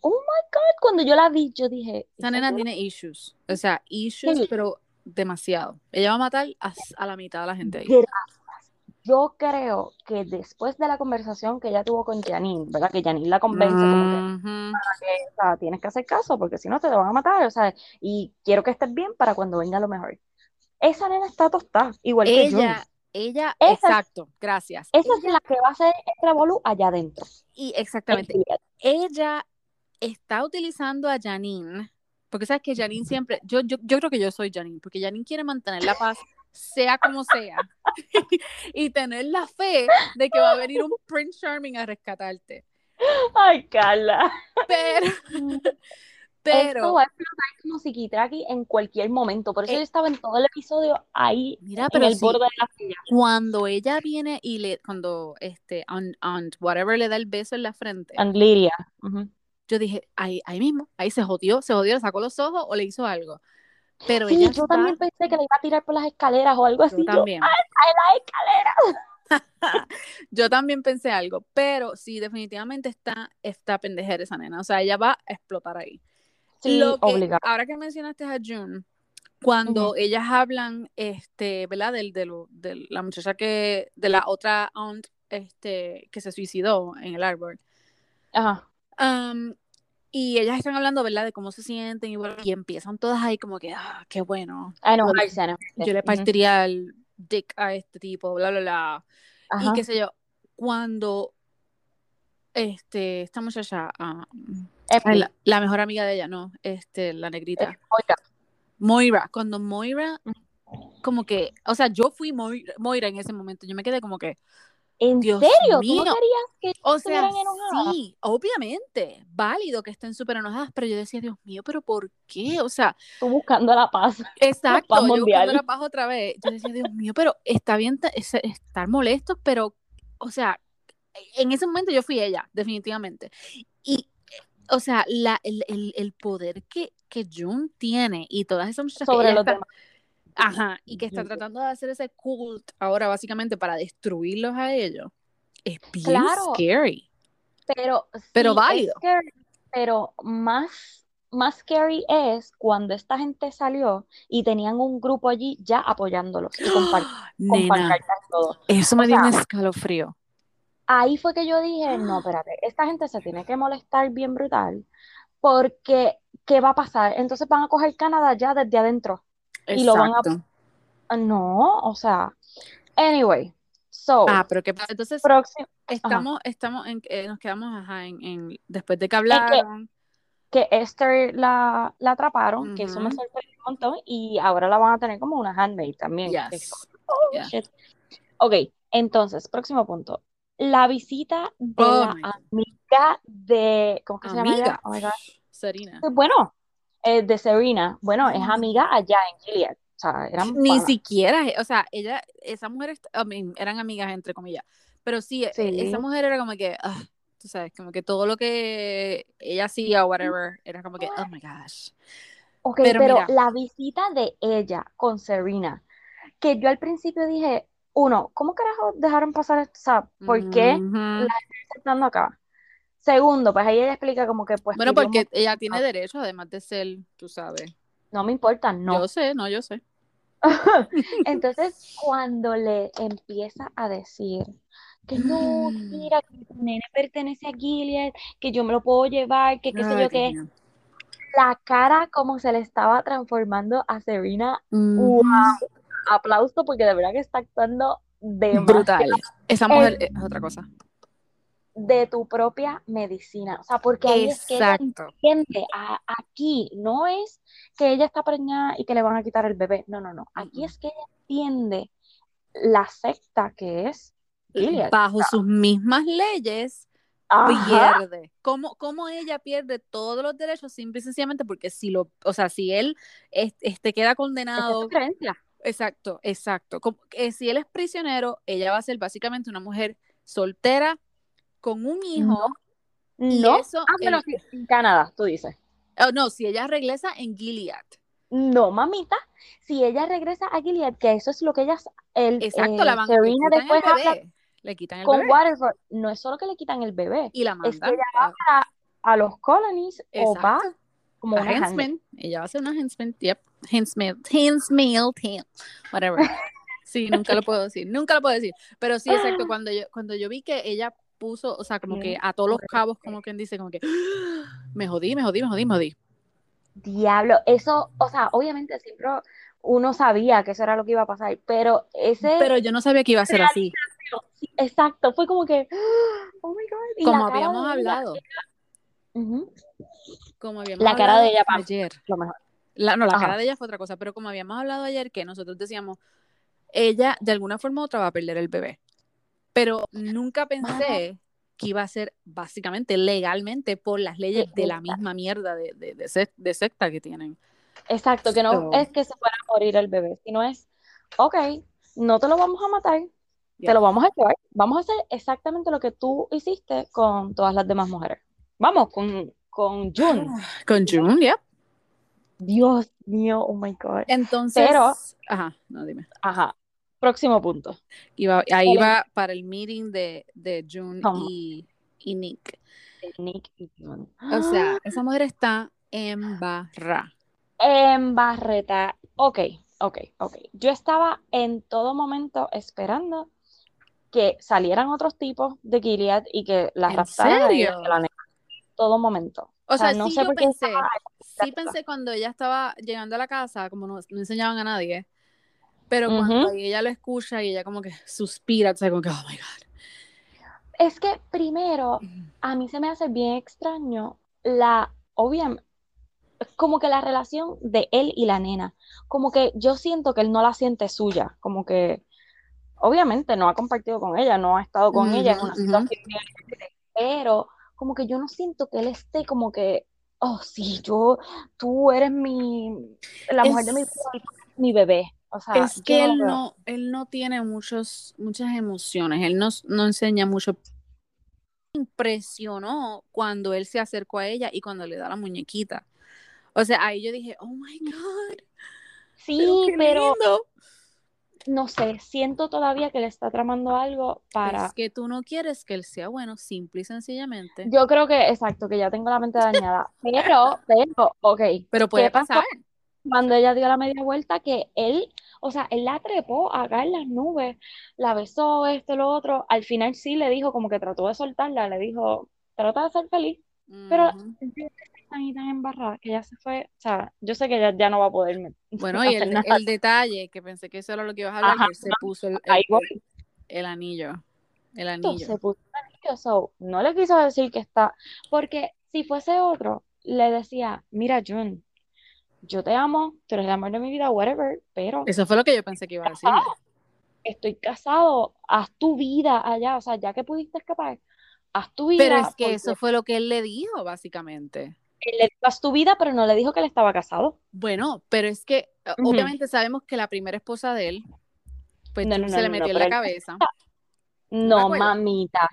A: Oh my God, cuando yo la vi, yo dije.
B: Esa nena tiene la... issues. O sea, issues, sí. pero demasiado. Ella va a matar a, a la mitad de la gente ahí.
A: Gracias. Yo creo que después de la conversación que ella tuvo con Janine, ¿verdad? Que Janine la convence, uh
B: Mm.
A: -huh. como que, o sea, tienes que hacer caso porque si no te, te van a matar, o sea, y quiero que estés bien para cuando venga lo mejor. Esa nena está tostada, igual
B: ella,
A: que yo.
B: Ella, esa, exacto, gracias.
A: Esa
B: ella,
A: es la que va a hacer el revolú allá adentro.
B: Y exactamente. Ella está utilizando a Janine, porque sabes que Janine siempre, yo, yo, yo creo que yo soy Janine, porque Janine quiere mantener la paz sea como sea, [laughs] y tener la fe de que va a venir un Prince Charming a rescatarte.
A: Ay, Carla.
B: Pero, [laughs] pero. Esto
A: va a explotar como psiquitraqui en cualquier momento. Por eso eh, yo estaba en todo el episodio ahí,
B: Ah,
A: Mira, pero en el sí, borde de la silla.
B: Cuando ella viene y le. Cuando este. Aunt, aunt whatever le da el beso en la frente.
A: Aunt Liria. Uh -huh.
B: Yo dije, ahí, ahí mismo. Ahí se jodió, se jodió, le sacó los ojos o le hizo algo. Pero
A: sí,
B: ella
A: yo está... también pensé que la iba a tirar por las escaleras o algo así. Yo también. Yo, ¡Ay, las escaleras!
B: [laughs] yo también pensé algo, pero sí, definitivamente está, está pendejera esa nena. O sea, ella va a explotar ahí.
A: Sí,
B: Lo que,
A: obligado.
B: Ahora que mencionaste a June, cuando uh -huh. ellas hablan, este, ¿verdad? Del, del, del, la muchacha que, de la otra aunt este, que se suicidó en el árbol.
A: Ajá.
B: Um, y ellas están hablando, ¿verdad? De cómo se sienten y, bueno, y empiezan todas ahí como que, ah, qué bueno.
A: I know,
B: yo,
A: I know.
B: yo le partiría al uh -huh. dick a este tipo, bla, bla, bla. Ajá. Y qué sé yo, cuando este, esta muchacha, um, la, la, mejor amiga de ella, no, este, la negrita.
A: Es Moira.
B: Moira, cuando Moira, como que, o sea, yo fui Moira, Moira en ese momento, yo me quedé como que,
A: ¿En
B: Dios
A: serio?
B: Mío.
A: ¿Tú no que
B: o sea, sí, obviamente, válido que estén súper enojadas, pero yo decía, Dios mío, pero ¿por qué? O sea,
A: tú buscando la paz.
B: Exacto,
A: la paz
B: yo
A: mundial.
B: buscando la paz otra vez. Yo decía, Dios mío, pero está bien estar molestos, pero, o sea, en ese momento yo fui ella, definitivamente. Y, o sea, la, el, el, el, poder que, que Jun tiene y todas esas muchachas
A: sobre
B: que
A: los
B: está,
A: demás.
B: Ajá, y que está tratando de hacer ese cult ahora básicamente para destruirlos a ellos. Es bien
A: Claro.
B: scary.
A: Pero, sí,
B: Pero
A: es
B: válido.
A: scary, pero más, más scary es cuando esta gente salió y tenían un grupo allí ya apoyándolos y con, pan- con
B: [gasps] Nena.
A: pancartas y todo.
B: Eso me
A: O
B: dio un
A: sea,
B: escalofrío.
A: Ahí fue que yo dije,
B: [gasps]
A: no, espérate, esta gente se tiene que molestar bien brutal porque ¿qué va a pasar? Entonces van a coger Canadá ya desde adentro. y lo van a-
B: Exacto.
A: No, o sea, anyway, so,
B: Ah, pero qué pasa. Entonces,
A: próximo,
B: estamos, estamos en, eh, nos quedamos ajá, en, en- después de que hablaron.
A: que Esther la, la atraparon, que eso me
B: Ujú.
A: sorprendió un montón, y ahora la van a tener como una handmaid también. que es
B: Yes.
A: como, oh,
B: Yeah.
A: shit. Ok, entonces, próximo punto. La visita de
B: Oh,
A: la
B: my God.
A: amiga de, ¿cómo que se llama
B: Amiga.
A: ella? Oh, my God.
B: Serena.
A: Pues Bueno, eh, de Serena, bueno, es
B: Ujú.
A: amiga allá en Gilead, o sea, eran
B: Ni
A: panas.
B: siquiera, o sea, ella, esa mujer, est- I mean, eran amigas entre comillas, pero sí, e-
A: Sí.
B: esa mujer era como que, ah, tú sabes, como que todo lo que ella hacía, whatever, era como que, oh my gosh.
A: Ok,
B: Pero
A: pero,
B: mira.
A: la visita de ella con Serena, que yo al principio dije, uno, ¿cómo carajo dejaron pasar esto? O sea, ¿por qué
B: Ujú.
A: está entrando acá? Segundo, pues ahí ella explica como que pues
B: Bueno,
A: pidió un
B: porque
A: mo-
B: ella tiene derecho, además de ser, tú sabes.
A: no me importa, no.
B: Yo sé, no, yo sé.
A: Entonces, cuando le empieza a decir que no,
B: Mm.
A: que mira, que tu nene pertenece a Gilead, que yo me lo puedo llevar, que qué sé
B: Ay,
A: yo
B: Dios
A: qué,
B: mío.
A: la cara como se le estaba transformando a Serena,
B: Ujú.
A: wow,
B: Mm.
A: aplauso porque de verdad que está actuando
B: Brutal.
A: demasiado Eh,
B: Esa mujer es otra cosa.
A: de tu propia medicina. O sea, porque ahí es que ella
B: Exacto.
A: entiende, a- aquí no es que ella está preñada y que le van a quitar el bebé. No, no, no. Aquí
B: Mm,
A: es que ella entiende la secta que es Gilead.
B: Bajo sus mismas leyes,
A: Ajá.
B: pierde. ¿Cómo, cómo ella pierde todos los derechos simple y sencillamente porque si lo, o sea, si él es- este
A: Esa
B: queda
A: es su
B: condenado,
A: creencia.
B: exacto, exacto. Como que si él es prisionero, ella va a ser básicamente una mujer soltera con un hijo y
A: No.
B: eso
A: Ah, bueno,
B: el-
A: sí, en Canadá, tú dices.
B: oh, no, si ella regresa en Gilead.
A: No, mamita. Si ella regresa a Gilead, que eso es lo que ella, el,
B: Exacto, la
A: eh,
B: van, le
A: Serena
B: quitan el
A: después habla
B: bebé, le quitan el
A: con
B: bebé
A: Waterford, no es solo que le quitan el bebé,
B: y la
A: es que
B: mandan
A: ella
B: a,
A: va a, a los colonies o va
B: exacto,
A: como
B: a
A: una handmaid.
B: Hensman, ella va a ser una Hensman, yep, Hensman, Hensman, whatever. Sí, nunca
A: [laughs]
B: lo puedo decir, nunca lo puedo decir. Pero sí,
A: [gasps]
B: exacto, cuando yo, cuando yo vi que ella puso, o sea, como que a todos los cabos, como quien dice, como que [gasps] me jodí, me jodí, me jodí, me jodí.
A: Diablo, eso, o sea, obviamente siempre uno sabía que eso era lo que iba a pasar, pero ese...
B: Pero yo no sabía que iba a ser así.
A: Exacto, fue como que, [gasps] oh my God. Y
B: Como
A: la cara
B: habíamos
A: de ella,
B: hablado.
A: ujú,
B: Como habíamos
A: La cara de
B: hablado
A: ella, Pam.
B: ayer.
A: lo mejor.
B: La, no, la
A: Ajá.
B: cara de ella fue otra cosa, pero como habíamos hablado ayer, que nosotros decíamos, ella de alguna forma u otra va a perder el bebé. Pero nunca pensé que iba a ser básicamente legalmente por las leyes de la misma mierda de, de, de sec- de secta que tienen.
A: Exacto, que no
B: So-
A: es que se fuera a morir el bebé, sino es, ok, no te lo vamos a matar,
B: Yeah.
A: te lo vamos a llevar, vamos a hacer exactamente lo que tú hiciste con todas las demás mujeres. Vamos, con, con June.
B: Con June, yeah.
A: Dios mío, oh my God.
B: Entonces,
A: Pero-
B: ajá, no dime.
A: Ajá, próximo punto.
B: Iba, ahí
A: Pero-
B: va para el meeting de, de June
A: Ajá.
B: y, y Nick.
A: Nick y June.
B: O
A: Ah.
B: sea, esa mujer está en barra.
A: En Barreta. Ok, ok, ok. Yo estaba en todo momento esperando que salieran otros tipos de Gilead y que la
B: ¿En
A: raptaran a
B: serio?
A: ella y la nena. Todo momento.
B: O sea,
A: Ah, no
B: sí
A: sé
B: yo
A: por qué
B: pensé,
A: estaba-
B: sí pensé cuando ella estaba llegando a la casa, como no, no enseñaban a nadie, pero
A: Ujú.
B: cuando ella lo escucha y ella como que suspira, o sea, como que, oh my God.
A: Es que primero, a mí se me hace bien extraño la, obviamente, como que la relación de él y la nena. Como que yo siento que él no la siente suya. Como que, obviamente, no ha compartido con ella, no ha estado con ella en
B: Ujú,
A: una
B: ujú.
A: situación bien difícil, pero como que yo no siento que él esté como que, oh, sí, yo, tú eres mi, la mujer de mi,
B: Es-
A: vida y tú eres mi bebé. O sea,
B: es
A: Ah, yo
B: que
A: no lo
B: él
A: veo.
B: no, él no tiene muchos, muchas emociones, él no, no enseña mucho. Impresionó cuando él se acercó a ella y cuando le da la muñequita. O sea, ahí yo dije, oh my God, pero
A: Mm, Sí,
B: qué
A: pero
B: lindo.
A: no sé, siento todavía que le está tramando algo para...
B: Es que tú no quieres que él sea bueno, simple y sencillamente.
A: Yo creo que, exacto, que ya tengo la mente dañada. Pero, pero, ok,
B: Pero puede
A: ¿qué pasó?
B: pasar.
A: cuando ella dio la media vuelta, que él, o sea, él la trepó acá en las nubes, la besó, esto, lo otro. Al final sí le dijo, como que trató de soltarla, le dijo, trata de ser feliz, pero
B: Ujú.
A: yo estoy tan y tan embarrada que ya se fue, o sea, yo sé que ya, ya no va a poder me- [laughs]
B: Bueno, y
A: hacer
B: el,
A: nada.
B: el detalle, que pensé que eso era lo que ibas a hablar,
A: Ajá,
B: que él se puso el,
A: Ahí
B: el-
A: voy.
B: el- el anillo. El
A: Exacto, se
B: anillo.
A: puso nervioso, no le quiso decir que está, porque si fuese otro, le decía, mira, June, yo te amo, tú eres el amor de mi vida, whatever, pero...
B: Eso fue lo que yo pensé que iba a
A: Ah,
B: decirle.
A: estoy casado, haz tu vida allá, o sea, ya que pudiste escapar, haz tu vida.
B: Pero es que
A: porque
B: eso fue lo que él le dijo, básicamente.
A: él le dijo, haz tu vida, pero no le dijo que él estaba casado.
B: Bueno, pero es que eh,
A: Ujú.
B: obviamente sabemos que la primera esposa de él, pues
A: No,
B: Jun
A: no,
B: se
A: no,
B: le
A: no,
B: metió
A: no,
B: en
A: pero
B: la
A: él-
B: cabeza. me
A: No,
B: acuerdo.
A: mamita.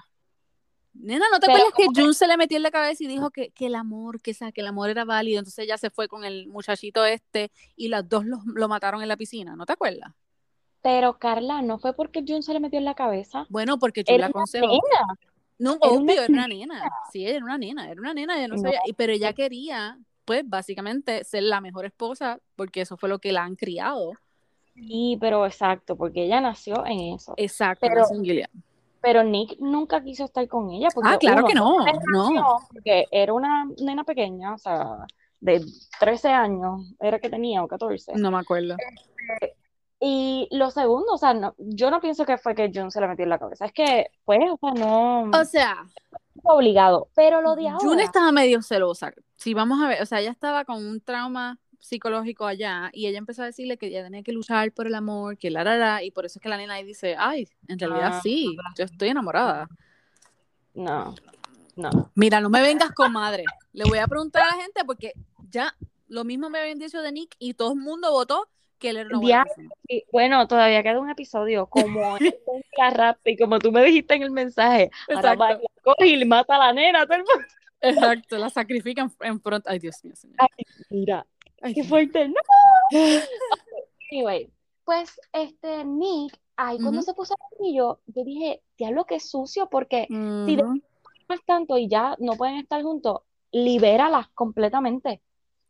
B: Nena, ¿no te
A: Pero
B: acuerdas que Jun se le metió en la cabeza y dijo que, que el amor, que, sa- que el amor era válido? Entonces ella se fue con el muchachito este y las dos lo, lo mataron en la piscina, ¿no te acuerdas?
A: Pero Carla, no fue porque Jun se le metió en la cabeza.
B: Bueno, porque Jun
A: Era
B: la
A: una
B: aconsejó.
A: nena.
B: No,
A: Era una
B: obvio, era una nena. Sí, era una nena, era una nena, ella no
A: No.
B: sabía. y- Pero ella quería, pues, básicamente, ser la mejor esposa, porque eso fue lo que la han criado.
A: Sí, pero exacto, porque ella nació en eso.
B: Exacto,
A: Pero,
B: nació en Gilead.
A: pero Nick nunca quiso estar con ella porque
B: Ah, claro
A: uno,
B: que no, no.
A: relación, porque era una nena pequeña, o sea, de 13 años, era que tenía, o 14.
B: No me acuerdo.
A: Y lo segundo, o sea, no, yo no pienso que fue que Jun se la metió en la cabeza. Es que, pues, o sea, no
B: O sea,
A: fue obligado. Pero lo de
B: Jun
A: ahora,
B: estaba medio celosa. Si vamos a ver, o sea, ella estaba con un trauma psicológico allá y ella empezó a decirle que ella tenía que luchar por el amor, que la, la, la, y por eso es que la nena ahí dice, ay, en realidad
A: Ah.
B: sí, yo estoy enamorada.
A: no, no.
B: Mira, no me vengas con madre. Le voy a preguntar a la gente porque ya lo mismo me habían dicho de Nick y todo el mundo votó que él era una buena
A: Ya.
B: persona.
A: Y, bueno, todavía queda un episodio,
B: [laughs]
A: como él la rapta y como tú me dijiste en el mensaje, ahora va y
B: Exacto,
A: la coge y le mata a la nena. todo el mundo.
B: exacto. La sacrifican en pronto. Ay, Dios mío, señor.
A: Ay, mira,
B: Ay,
A: qué
B: Dios mío.
A: fuerte, ¿no? Anyway, pues, este, Nick, ahí cuando
B: Ujú.
A: se puso el anillo, yo dije, diablo, qué sucio, porque si
B: Ujú.
A: más tanto y ya no pueden estar juntos, libéralas completamente.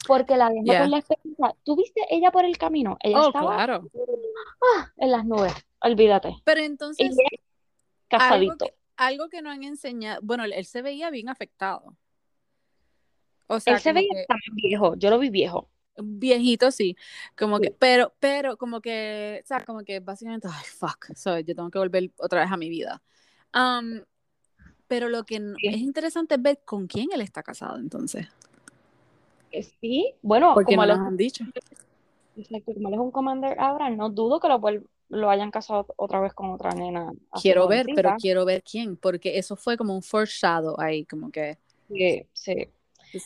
A: Porque la dejó
B: Yeah.
A: con la experiencia. ¿Tú viste ella por el camino? Ella
B: Oh,
A: estaba
B: claro.
A: ah, en las nubes, olvídate.
B: Pero
A: Y
B: entonces,
A: él
B: algo
A: casadito.
B: que, algo que no han enseñado. Bueno, él se veía bien afectado. O
A: Él
B: sea,
A: se
B: como
A: veía
B: que.
A: tan viejo, yo lo vi viejo.
B: viejito sí como que pero pero como que o sea como que básicamente ay fuck so, yo tengo que volver otra vez a mi vida um, pero lo que sí. es interesante es ver con quién él está casado entonces
A: Eh, sí bueno
B: porque como no los, nos han dicho
A: exacto como él es un commander ahora no dudo que lo lo hayan casado otra vez con otra nena
B: quiero ver momentita. pero quiero ver quién porque eso fue como un foreshadow ahí como que
A: sí sí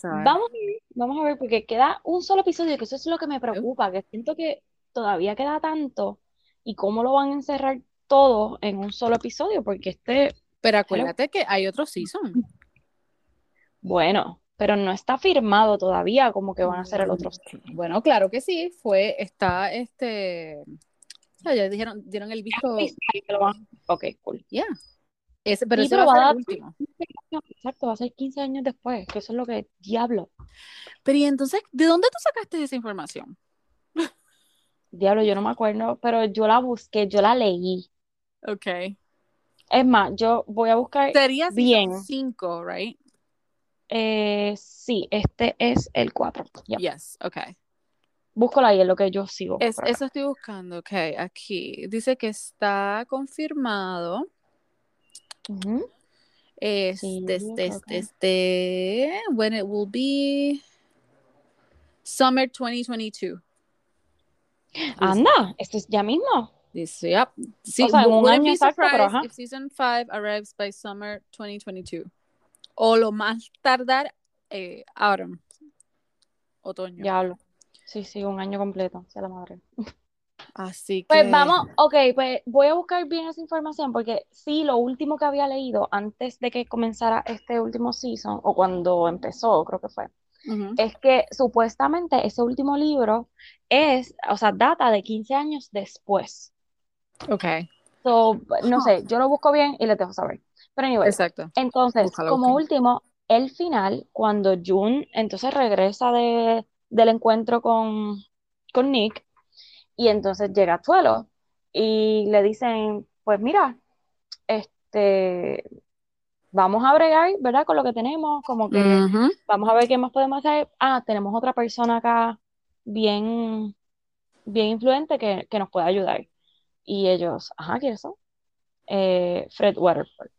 A: Vamos, vamos a ver, porque queda un solo episodio, que eso es lo que me preocupa, que siento que todavía queda tanto y cómo lo van a encerrar todo en un solo episodio, porque este...
B: Pero acuérdate pero... que hay otro season.
A: Bueno, pero no está firmado todavía como que van a hacer el
B: Mm.
A: otro season.
B: Bueno, claro que sí, fue, está este... Oh, ya dijeron, dieron el visto.
A: Ok, cool.
B: Ya. Yeah. Ese, pero sí, ese pero va, va, a ser el último.
A: Años, exacto, va a ser 15 años después, que eso es lo que diablo.
B: Pero y entonces, ¿de dónde tú sacaste esa información?
A: Diablo, yo no me acuerdo, pero yo la busqué, yo la leí.
B: Ok.
A: Es más, yo voy a buscar
B: Sería
A: bien.
B: 5, right?
A: Eh, sí, este es el 4.
B: Yeah. Yes, ok.
A: Búscala ahí, es lo que yo sigo.
B: Es, eso estoy buscando, ok, aquí. Dice que está confirmado. Uh -huh. Este, sí, este, okay. este, when it will be summer 2022.
A: Pues
B: Ah,
A: Anda, esto es ya mismo.
B: Dice, yep. Sí, o
A: sea, un año exacto, pero
B: if season 5 arrives by summer 2022. O lo más tardar eh, autumn. Otoño.
A: Ya hablo. Sí, sí, un año completo, sea la madre.
B: Así que...
A: Pues vamos, ok, pues voy a buscar bien esa información porque sí, lo último que había leído antes de que comenzara este último season, o cuando empezó, creo que fue, uh -huh.
B: Eh,
A: es que supuestamente ese último libro es, o sea, data de 15 años después.
B: Ok.
A: So, no sé, yo lo busco bien y les dejo saber. Pero anyway,
B: Exacto.
A: entonces, Búscalo como bien. último, el final, cuando June entonces regresa de, del encuentro con, con Nick, y entonces llega a Tuelo y le dicen, pues mira, este, vamos a bregar, ¿verdad? Con lo que tenemos, como que uh
B: Mm.
A: -huh. vamos a ver qué más podemos hacer. Ah, tenemos otra persona acá bien, bien influente que, que nos puede ayudar. Y ellos, ajá, ¿quiénes son? Eh, Fred Waterford.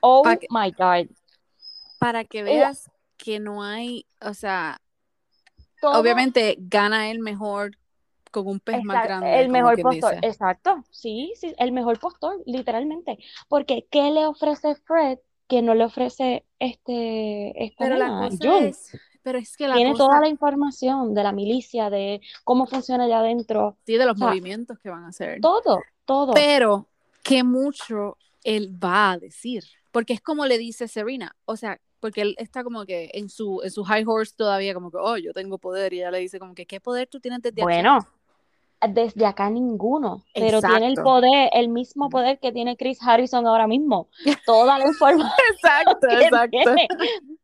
A: oh
B: que,
A: my God.
B: Para que veas oh. que no hay, o sea, todo. Obviamente gana el mejor con un pez Exacto, más grande.
A: El mejor postor. Dice. Exacto. Sí, sí, el mejor postor, literalmente. Porque, ¿qué le ofrece Fred que no le ofrece este, este
B: pero
A: nena,
B: la cosa es, pero es que la
A: Tiene
B: cosa...
A: toda la información de la milicia, de cómo funciona allá adentro.
B: Sí, de los o sea, movimientos que van a hacer.
A: Todo, todo.
B: Pero que mucho él va a decir. Porque es como le dice Serena. O sea, porque él está como que en su, en su high horse todavía, como que, oh, yo tengo poder, y ella le dice como que, ¿qué poder tú tienes desde
A: bueno, aquí? Bueno, desde acá ninguno, Exacto. pero tiene el poder, el
B: Mm.
A: mismo poder que tiene Chris Harrison ahora mismo, toda la [laughs] información.
B: [laughs]
A: [laughs]
B: Exacto,
A: que
B: exacto.
A: Tiene,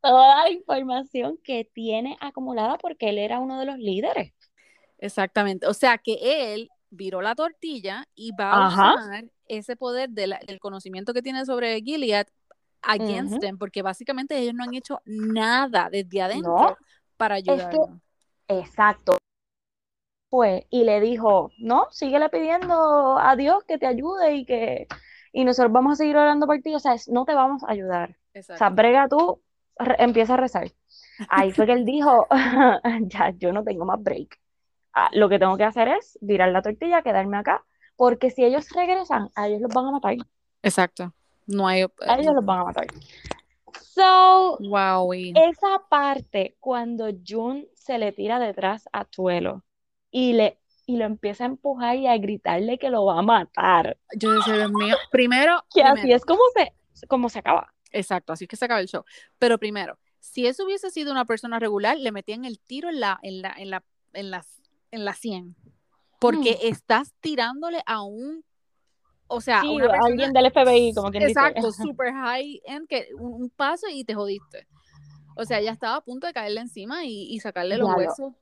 A: toda la información que tiene acumulada porque él era uno de los líderes.
B: Exactamente, o sea que él viró la tortilla y va a Ajá. usar ese poder de la, del conocimiento que tiene sobre Gilead against uh -huh. them, porque básicamente ellos no han hecho nada desde adentro no, para ayudarnos.
A: Es que, exacto. Fue y le dijo, no, síguele pidiendo a Dios que te ayude y que y nosotros vamos a seguir orando por ti, o sea, es, no te vamos a ayudar. Exacto. O sea, brega tú, re, empieza a rezar. Ahí fue que él dijo, [laughs] ya, yo no tengo más break. Ah, lo que tengo que hacer es virar la tortilla, quedarme acá, porque si ellos regresan, a ellos los van a matar.
B: Exacto. No hay. eh,
A: A ellos los van a matar. Mm. So,
B: wow.
A: esa parte cuando Jun se le tira detrás a Tuelo y le y lo empieza a empujar y a gritarle que lo va a matar.
B: Yo decía, Dios mío,
A: [laughs]
B: primero.
A: Que
B: primero.
A: así es como se, como se acaba.
B: Exacto, así es que se acaba el show. Pero primero, si eso hubiese sido una persona regular, le metían el tiro en la, en la, en la, en la, en la 100. Porque mm. estás tirándole a un o sea,
A: sí,
B: una persona,
A: alguien del FBI, como que
B: Exacto, dice. super high end, que un, un, paso y te jodiste. O sea, ya estaba a punto de caerle encima y, y sacarle los
A: Diablo.
B: huesos.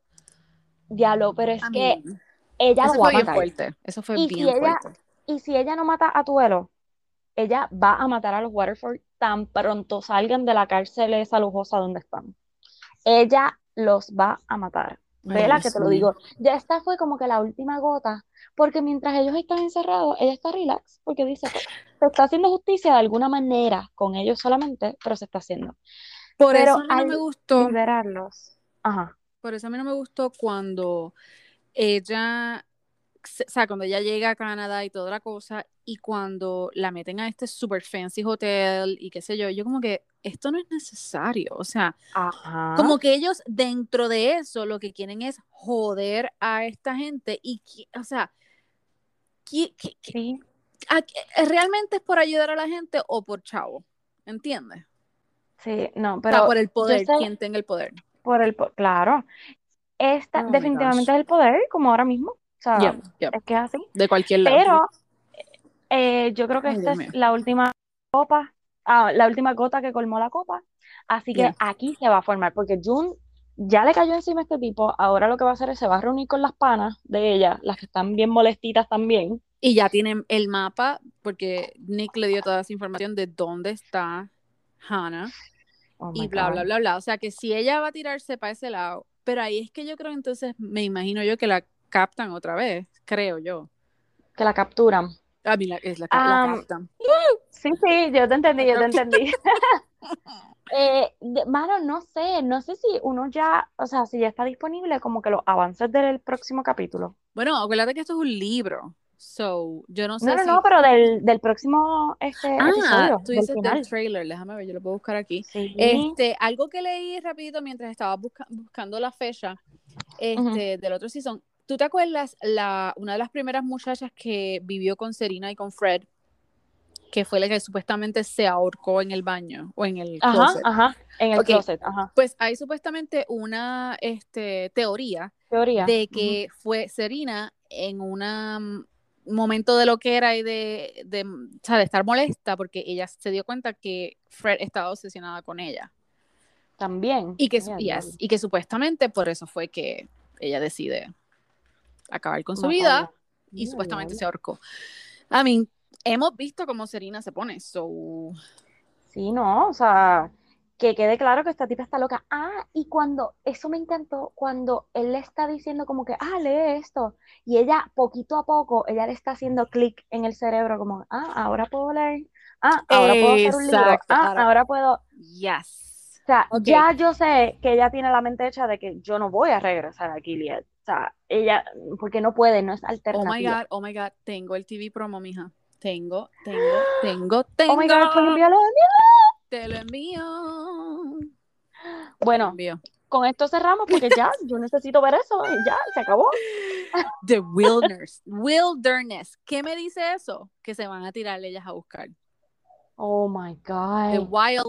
A: Diablo, pero es a que mí. ella
B: Eso
A: lo va
B: fue
A: a matar.
B: bien fuerte. Eso fue
A: y
B: bien
A: si
B: fuerte.
A: Ella, y si ella no mata a Tuelo, ella va a matar a los Waterford tan pronto salgan de la cárcel esa lujosa donde están. Ella los va a matar. Vela que te lo digo. Ya esta fue como que la última gota, porque mientras ellos están encerrados, ella está relax, porque dice, se está haciendo justicia de alguna manera con ellos solamente, pero se está haciendo.
B: Por pero eso a mí no me gustó.
A: Liberarlos. Ajá.
B: Por eso a mí no me gustó cuando ella, o sea, cuando ella llega a Canadá y toda la cosa, y cuando la meten a este super fancy hotel y qué sé yo, yo como que esto no es necesario, o sea,
A: Ajá.
B: como que ellos dentro de eso lo que quieren es joder a esta gente y, o sea, ¿qué, qué, qué, sí. a, eh, ¿realmente es por ayudar a la gente o por chavo? ¿Entiendes?
A: Sí, no, pero... O
B: sea, por el poder, sé, quien tenga el poder.
A: Por el, claro. Esta, oh definitivamente es el poder, como ahora mismo. O sea, yeah, yeah. es que es así.
B: De cualquier
A: Ah. pero,
B: lado.
A: Pero eh, yo creo que Ay, esta Dios es mío. la última copa Ah, la última gota que colmó la copa. Así que sí. aquí se va a formar, porque Jun ya le cayó encima a este tipo. Ahora lo que va a hacer es se va a reunir con las panas de ella, las que están bien molestitas también.
B: Y ya tienen el mapa, porque Nick le dio toda esa información de dónde está Hannah. Oh y bla, God. bla, bla, bla. O sea que si ella va a tirarse para ese lado, pero ahí es que yo creo entonces, me imagino yo que la captan otra vez, creo yo.
A: Que la capturan.
B: Ah, mira, es la, la um, captan.
A: Sí, sí, yo te entendí, yo te entendí. [laughs] eh, de, mano, no sé, no sé si uno ya, o sea, si ya está disponible como que los avances del próximo capítulo.
B: Bueno, acuérdate que esto es un libro. So, yo no sé.
A: No, no,
B: si...
A: no, pero del, del próximo este,
B: ah,
A: episodio,
B: Tú dices del, del, trailer, déjame ver, yo lo puedo buscar aquí.
A: Sí.
B: Este, algo que leí rapidito mientras estaba busca buscando la fecha este, uh -huh. del otro season, ¿Tú te acuerdas la, una de las primeras muchachas que vivió con Serena y con Fred? Que fue la que supuestamente se ahorcó en el baño o en el
A: ajá, ah.
B: closet.
A: Ajá, en el okay. closet, ajá.
B: Pues hay supuestamente una este, teoría,
A: teoría
B: de que uh -huh. fue Serena en un momento de lo que era y de, de, o sea, de estar molesta porque ella se dio cuenta que Fred estaba obsesionada con ella.
A: También.
B: Y que,
A: también.
B: Yes, y que supuestamente por eso fue que ella decide acabar con su no, vida no, no, y supuestamente se ahorcó. I mean, hemos visto cómo Serena se pone, so.
A: Sí, no, o sea, que quede claro que esta tipa está loca. Ah, y cuando, eso me encantó, cuando él le está diciendo como que, ah, lee esto, y ella poquito a poco, ella le está haciendo clic en el cerebro, como, ah, ahora puedo leer, ah, ahora puedo hacer un libro, ah, ahora, ahora puedo.
B: Yes.
A: O sea, okay. ya yo sé que ella tiene la mente hecha de que yo no voy a regresar a Gilead. O sea, ella, porque no puede, no es alternativa.
B: Oh my God, oh my God, tengo el TV promo, mija. Tengo, tengo, tengo, tengo.
A: [gasps] Oh my God, pues envíalo,
B: Te lo envío.
A: Bueno,
B: envío.
A: con esto cerramos porque
B: [laughs]
A: ya, yo necesito ver eso. Ya, se acabó.
B: The wilderness, wilderness. ¿Qué me dice eso? Que se van a tirar ellas a buscar.
A: Oh my God. [gasps]
B: The wild,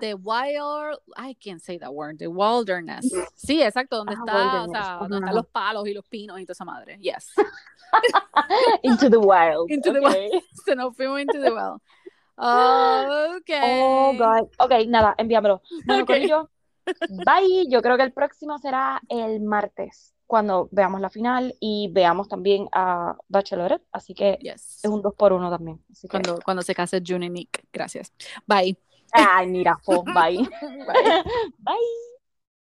B: the wild, I can't say that word, the wilderness.
A: Mm.
B: Sí, exacto, donde, ah, está, o sea, donde están los palos y los pinos y toda esa madre. Yes. [laughs]
A: into the wild.
B: Into okay. the wild. Se nos fuimos into the wild. Oh, ok.
A: Oh, God. Ok, nada, enviámelo. Bueno, okay.
B: [laughs]
A: yo. Bye. Yo creo que el próximo será el martes, cuando veamos la final y veamos también a Bachelorette. Así que
B: yes.
A: es un dos por uno también. Así
B: cuando, cuando
A: [laughs]
B: se
A: Ah,
B: case June y Nick. Gracias. Bye.
A: Ay, mira, bye.
B: Bye.
A: bye.